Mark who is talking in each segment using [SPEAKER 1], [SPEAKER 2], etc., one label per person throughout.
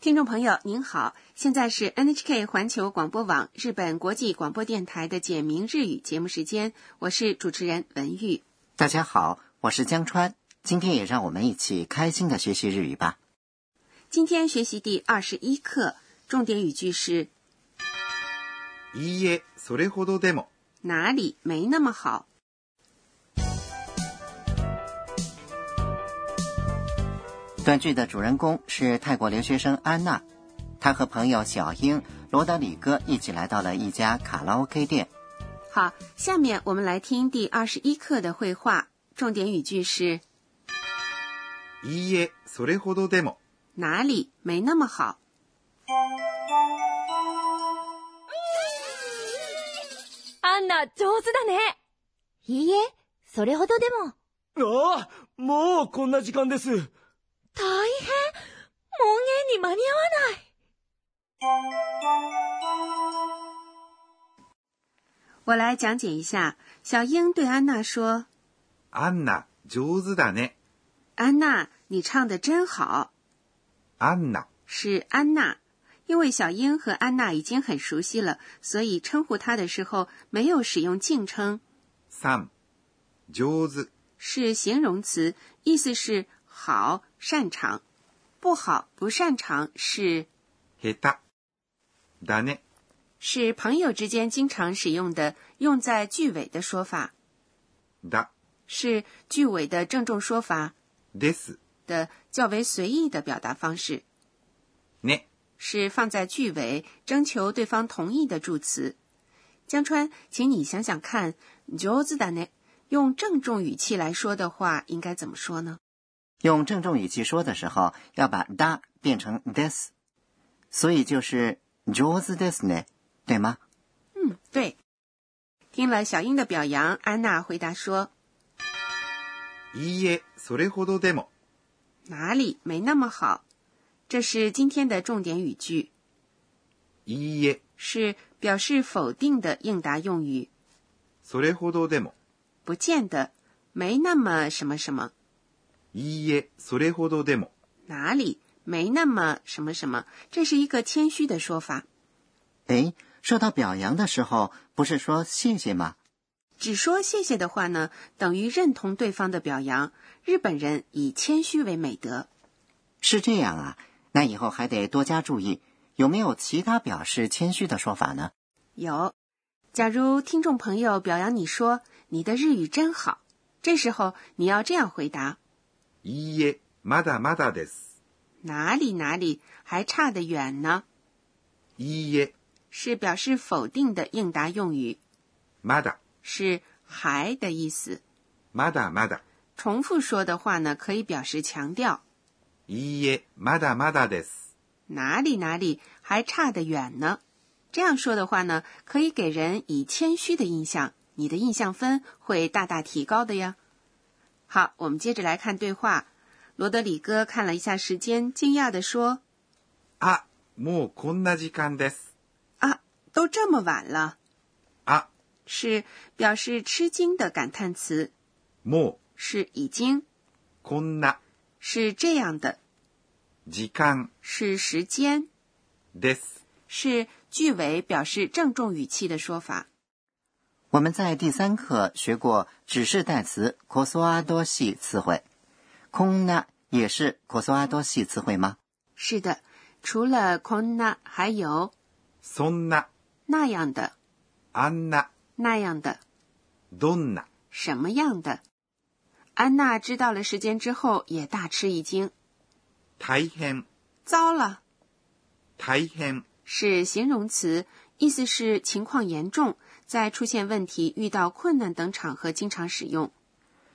[SPEAKER 1] 听众朋友您好，现在是 NHK 环球广播网日本国际广播电台的简明日语节目时间，我是主持人文玉。
[SPEAKER 2] 大家好，我是江川，今天也让我们一起开心的学习日语吧。
[SPEAKER 1] 今天学习第二十一课，重点语句是
[SPEAKER 3] いいえ、それほどでも。
[SPEAKER 1] 哪里没那么好？
[SPEAKER 2] 短剧的主人公是泰国留学生安娜，她和朋友小英、罗德里戈一起来到了一家卡拉 OK 店。
[SPEAKER 1] 好，下面我们来听第二十一课的绘画，重点语句是
[SPEAKER 3] いいえ、それほどでも。
[SPEAKER 1] 哪里没那么好？
[SPEAKER 4] アンナ、上手だね。
[SPEAKER 5] いいえ、それほどでも。
[SPEAKER 6] ああ、もうこんな時間です。
[SPEAKER 4] 大変。門限に間に合わない。
[SPEAKER 1] 我来讲解一下。小英对安娜说
[SPEAKER 3] アンナ、上手だね。：“
[SPEAKER 1] 安娜，你唱的真好。
[SPEAKER 3] アンナ、”
[SPEAKER 1] 是安娜，因为小英和安娜已经很熟悉了，所以称呼她的时候没有使用敬称，
[SPEAKER 3] さん。上手、
[SPEAKER 1] 是形容词，意思是好、擅长；不好、不擅长是
[SPEAKER 3] 下手。だね。
[SPEAKER 1] 是朋友之间经常使用的，用在句尾的说法，
[SPEAKER 3] だ、
[SPEAKER 1] 是句尾的郑重说法
[SPEAKER 3] です。
[SPEAKER 1] 的较为随意的表达方式。
[SPEAKER 3] ね。
[SPEAKER 1] 是放在句尾征求对方同意的助词。江川，请你想想看，上手だね，用郑重语气来说的话，应该怎么说呢？
[SPEAKER 2] 用郑重语气说的时候，要把だ变成 this，所以就是上手ですね，对吗？
[SPEAKER 1] 嗯，对。听了小英的表扬，安娜回答说
[SPEAKER 3] いいえ、それほどでも。：“
[SPEAKER 1] 哪里没那么好。”这是今天的重点语句，
[SPEAKER 3] いいえ、
[SPEAKER 1] 是表示否定的应答用语，
[SPEAKER 3] それほどでも。
[SPEAKER 1] 不见得，没那么什么什么。
[SPEAKER 3] いいえ、それほどでも。
[SPEAKER 1] 哪里没那么什么什么？这是一个谦虚的说法。
[SPEAKER 2] 诶，受到表扬的时候，不是说谢谢吗？
[SPEAKER 1] 只说谢谢的话呢，等于认同对方的表扬。日本人以谦虚为美德。
[SPEAKER 2] 是这样啊，那以后还得多加注意。有没有其他表示谦虚的说法呢？
[SPEAKER 1] 有，假如听众朋友表扬你说你的日语真好，这时候你要这样回答：
[SPEAKER 3] いいえ、まだまだです。
[SPEAKER 1] 哪里哪里还差得远呢？
[SPEAKER 3] いいえ、
[SPEAKER 1] 是表示否定的应答用语，
[SPEAKER 3] まだ、
[SPEAKER 1] 是还的意思。
[SPEAKER 3] まだまだ。
[SPEAKER 1] 重复说的话呢，可以表示强调。
[SPEAKER 3] いいえ、まだまだです。
[SPEAKER 1] 哪里哪里还差得远呢？这样说的话呢，可以给人以谦虚的印象，你的印象分会大大提高的呀。好，我们接着来看对话。罗德里戈看了一下时间，惊讶地说
[SPEAKER 3] あ、もうこんな時間です。：“
[SPEAKER 1] 啊，都这么晚了！”
[SPEAKER 3] あ、
[SPEAKER 1] 是表示吃惊的感叹词，
[SPEAKER 3] もう、
[SPEAKER 1] 是已经，
[SPEAKER 3] こんな、
[SPEAKER 1] 是这样的，
[SPEAKER 3] 時間、
[SPEAKER 1] 是时间，
[SPEAKER 3] です。
[SPEAKER 1] 是句尾表示郑重语气的说法。
[SPEAKER 2] 我们在第三课学过指示代词 c o s o a d o 系词汇，空呢也是 c o s o a d o 系词汇吗？
[SPEAKER 1] 是的，除了 k o n a 还有
[SPEAKER 3] そんな、
[SPEAKER 1] 那样的。
[SPEAKER 3] あんな、
[SPEAKER 1] 那样的、
[SPEAKER 3] どんな、
[SPEAKER 1] 什么样的。安娜知道了时间之后，也大吃一惊。
[SPEAKER 3] 大変、
[SPEAKER 1] 糟了，
[SPEAKER 3] 大変、
[SPEAKER 1] 是形容词，意思是情况严重，在出现问题、遇到困难等场合经常使用。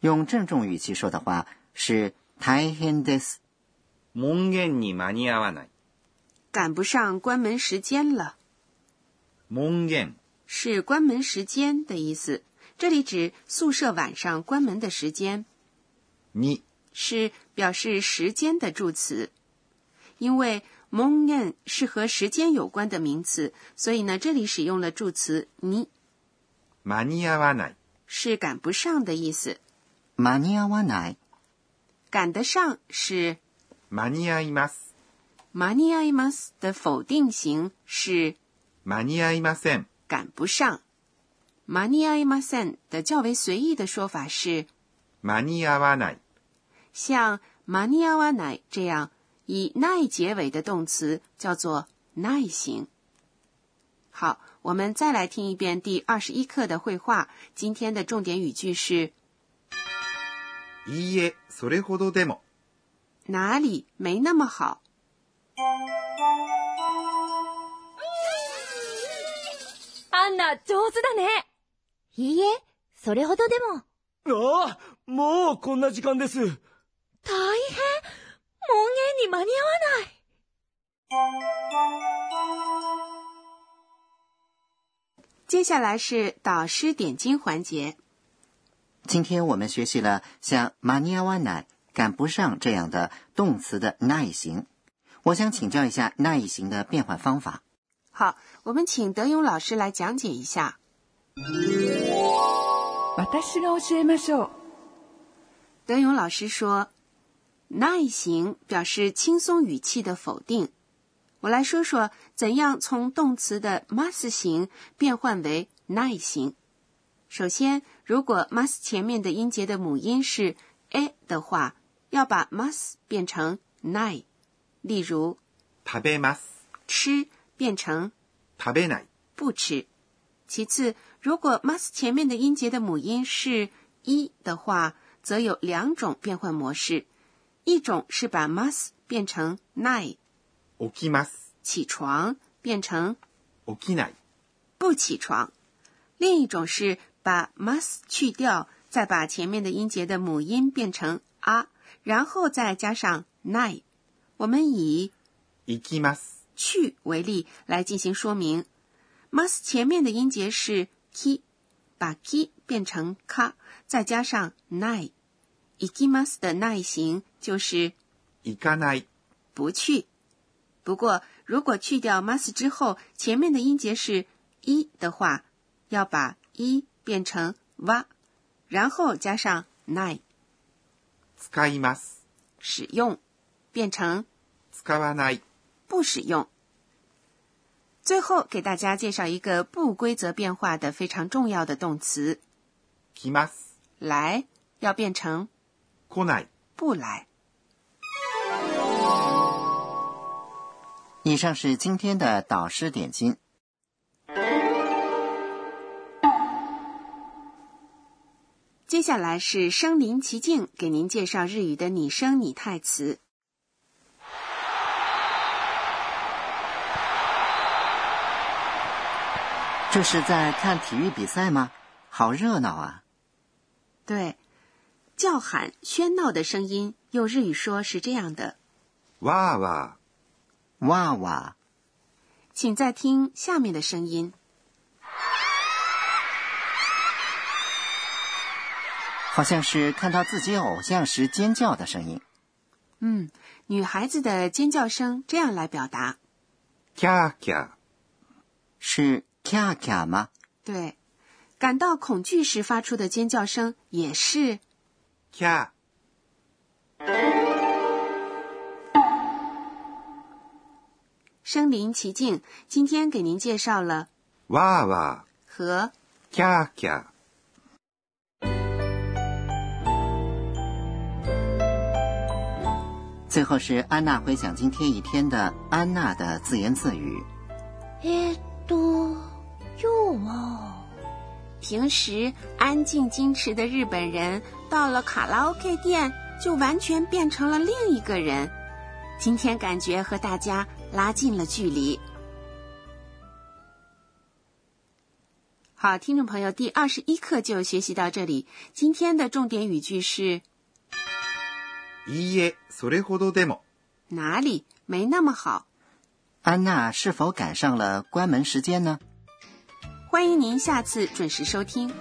[SPEAKER 2] 用郑重语气说的话是大変です。
[SPEAKER 3] 門限に間に合わない。
[SPEAKER 1] 赶不上关门时间了，
[SPEAKER 3] 門限、
[SPEAKER 1] 是关门时间的意思。这里指宿舍晚上关门的时间。
[SPEAKER 3] に、
[SPEAKER 1] 是表示时间的助词，因为 m o n g e n 是和时间有关的名词，所以呢，这里使用了助词你，
[SPEAKER 3] 間に合わない。
[SPEAKER 1] 是赶不上的意思。
[SPEAKER 2] 間に合わない。
[SPEAKER 1] 赶得上是
[SPEAKER 3] 間に合います。
[SPEAKER 1] 間に合います的否定型是
[SPEAKER 3] 間に合いません。
[SPEAKER 1] 赶不上。間に合いません的较为随意的说法是
[SPEAKER 3] 間に合わない。
[SPEAKER 1] 像間に合わない这样以奈结尾的动词叫做奈型。好，我们再来听一遍第二十一课的绘画。今天的重点语句是
[SPEAKER 3] いいえ、それほどでも。
[SPEAKER 1] 哪里没那么好？
[SPEAKER 4] アンナ、上手だね。
[SPEAKER 5] いいえ、それほどでも。
[SPEAKER 6] ああ、もうこんな時間です。
[SPEAKER 4] 大変。門限に間に合わない。
[SPEAKER 1] 接下来是导师点睛环节。
[SPEAKER 2] 今天我们学习了像马尼亚瓦奶赶不上这样的动词的耐型。我想请教一下耐型的变换方法。
[SPEAKER 1] 好，我们请德勇老师来讲解一下。
[SPEAKER 7] 私が教えましょう。
[SPEAKER 1] 德勇老师说，耐型表示轻松语气的否定。我来说说怎样从动词的 mas 型变换为耐型。首先，如果 mas 前面的音节的母音是 a 的话，要把 mas 变成 nai。例如，
[SPEAKER 3] 食べます。
[SPEAKER 1] 吃变成
[SPEAKER 3] 食べない。
[SPEAKER 1] 不吃。其次，如果 mas 前面的音节的母音是一的话，则有两种变换模式，一种是把 mas 变成 nai，
[SPEAKER 3] 起きます。
[SPEAKER 1] 起床变成
[SPEAKER 3] 起きない。
[SPEAKER 1] 不起床；另一种是把 mas 去掉，再把前面的音节的母音变成啊，然后再加上 nai。我们以
[SPEAKER 3] 行きます。
[SPEAKER 1] 去为例来进行说明。mas 前面的音节是 ki，把 ki 变成 ka，再加上 nai。ikimas 的 nai 型就是
[SPEAKER 3] 行かない。
[SPEAKER 1] 不去。不过，如果去掉 mas 之后，前面的音节是一的话，要把一变成 wa，然后加上 nai
[SPEAKER 3] 使います。
[SPEAKER 1] 使用，变成
[SPEAKER 3] 使わない。
[SPEAKER 1] 不使用。最后给大家介绍一个不规则变化的非常重要的动词，
[SPEAKER 3] 来ます。
[SPEAKER 1] 来要变成
[SPEAKER 3] 来ない。
[SPEAKER 1] 不来。
[SPEAKER 2] 以上是今天的导师点睛。
[SPEAKER 1] 接下来是身临其境给您介绍日语的拟声拟态词。
[SPEAKER 2] 这是在看体育比赛吗？好热闹啊！
[SPEAKER 1] 对，叫喊、喧闹的声音，用日语说是这样的。
[SPEAKER 3] わーわ
[SPEAKER 2] 哇哇！
[SPEAKER 1] 请再听下面的声音。
[SPEAKER 2] 好像是看到自己偶像时尖叫的声音。
[SPEAKER 1] 嗯，女孩子的尖叫声这样来表达。
[SPEAKER 3] ー。キャーキャー。
[SPEAKER 2] 是咔咔吗？
[SPEAKER 1] 对，感到恐惧时发出的尖叫声也是。
[SPEAKER 3] キャー。
[SPEAKER 1] 身临其境，今天给您介绍了
[SPEAKER 3] わーわ
[SPEAKER 1] 和
[SPEAKER 3] ー。キャーキャー。
[SPEAKER 2] 最后是安娜回想今天一天的安娜的自言自语。
[SPEAKER 5] えーっと、今日は、
[SPEAKER 1] 平时安静矜持的日本人，到了卡拉 OK 店就完全变成了另一个人。今天感觉和大家拉近了距离。好，听众朋友，第二十一课就学习到这里。今天的重点语句是
[SPEAKER 3] いいえ、それほどでも。
[SPEAKER 1] 哪里没那么好？
[SPEAKER 2] 安娜是否赶上了关门时间呢？
[SPEAKER 1] 欢迎您下次准时收听。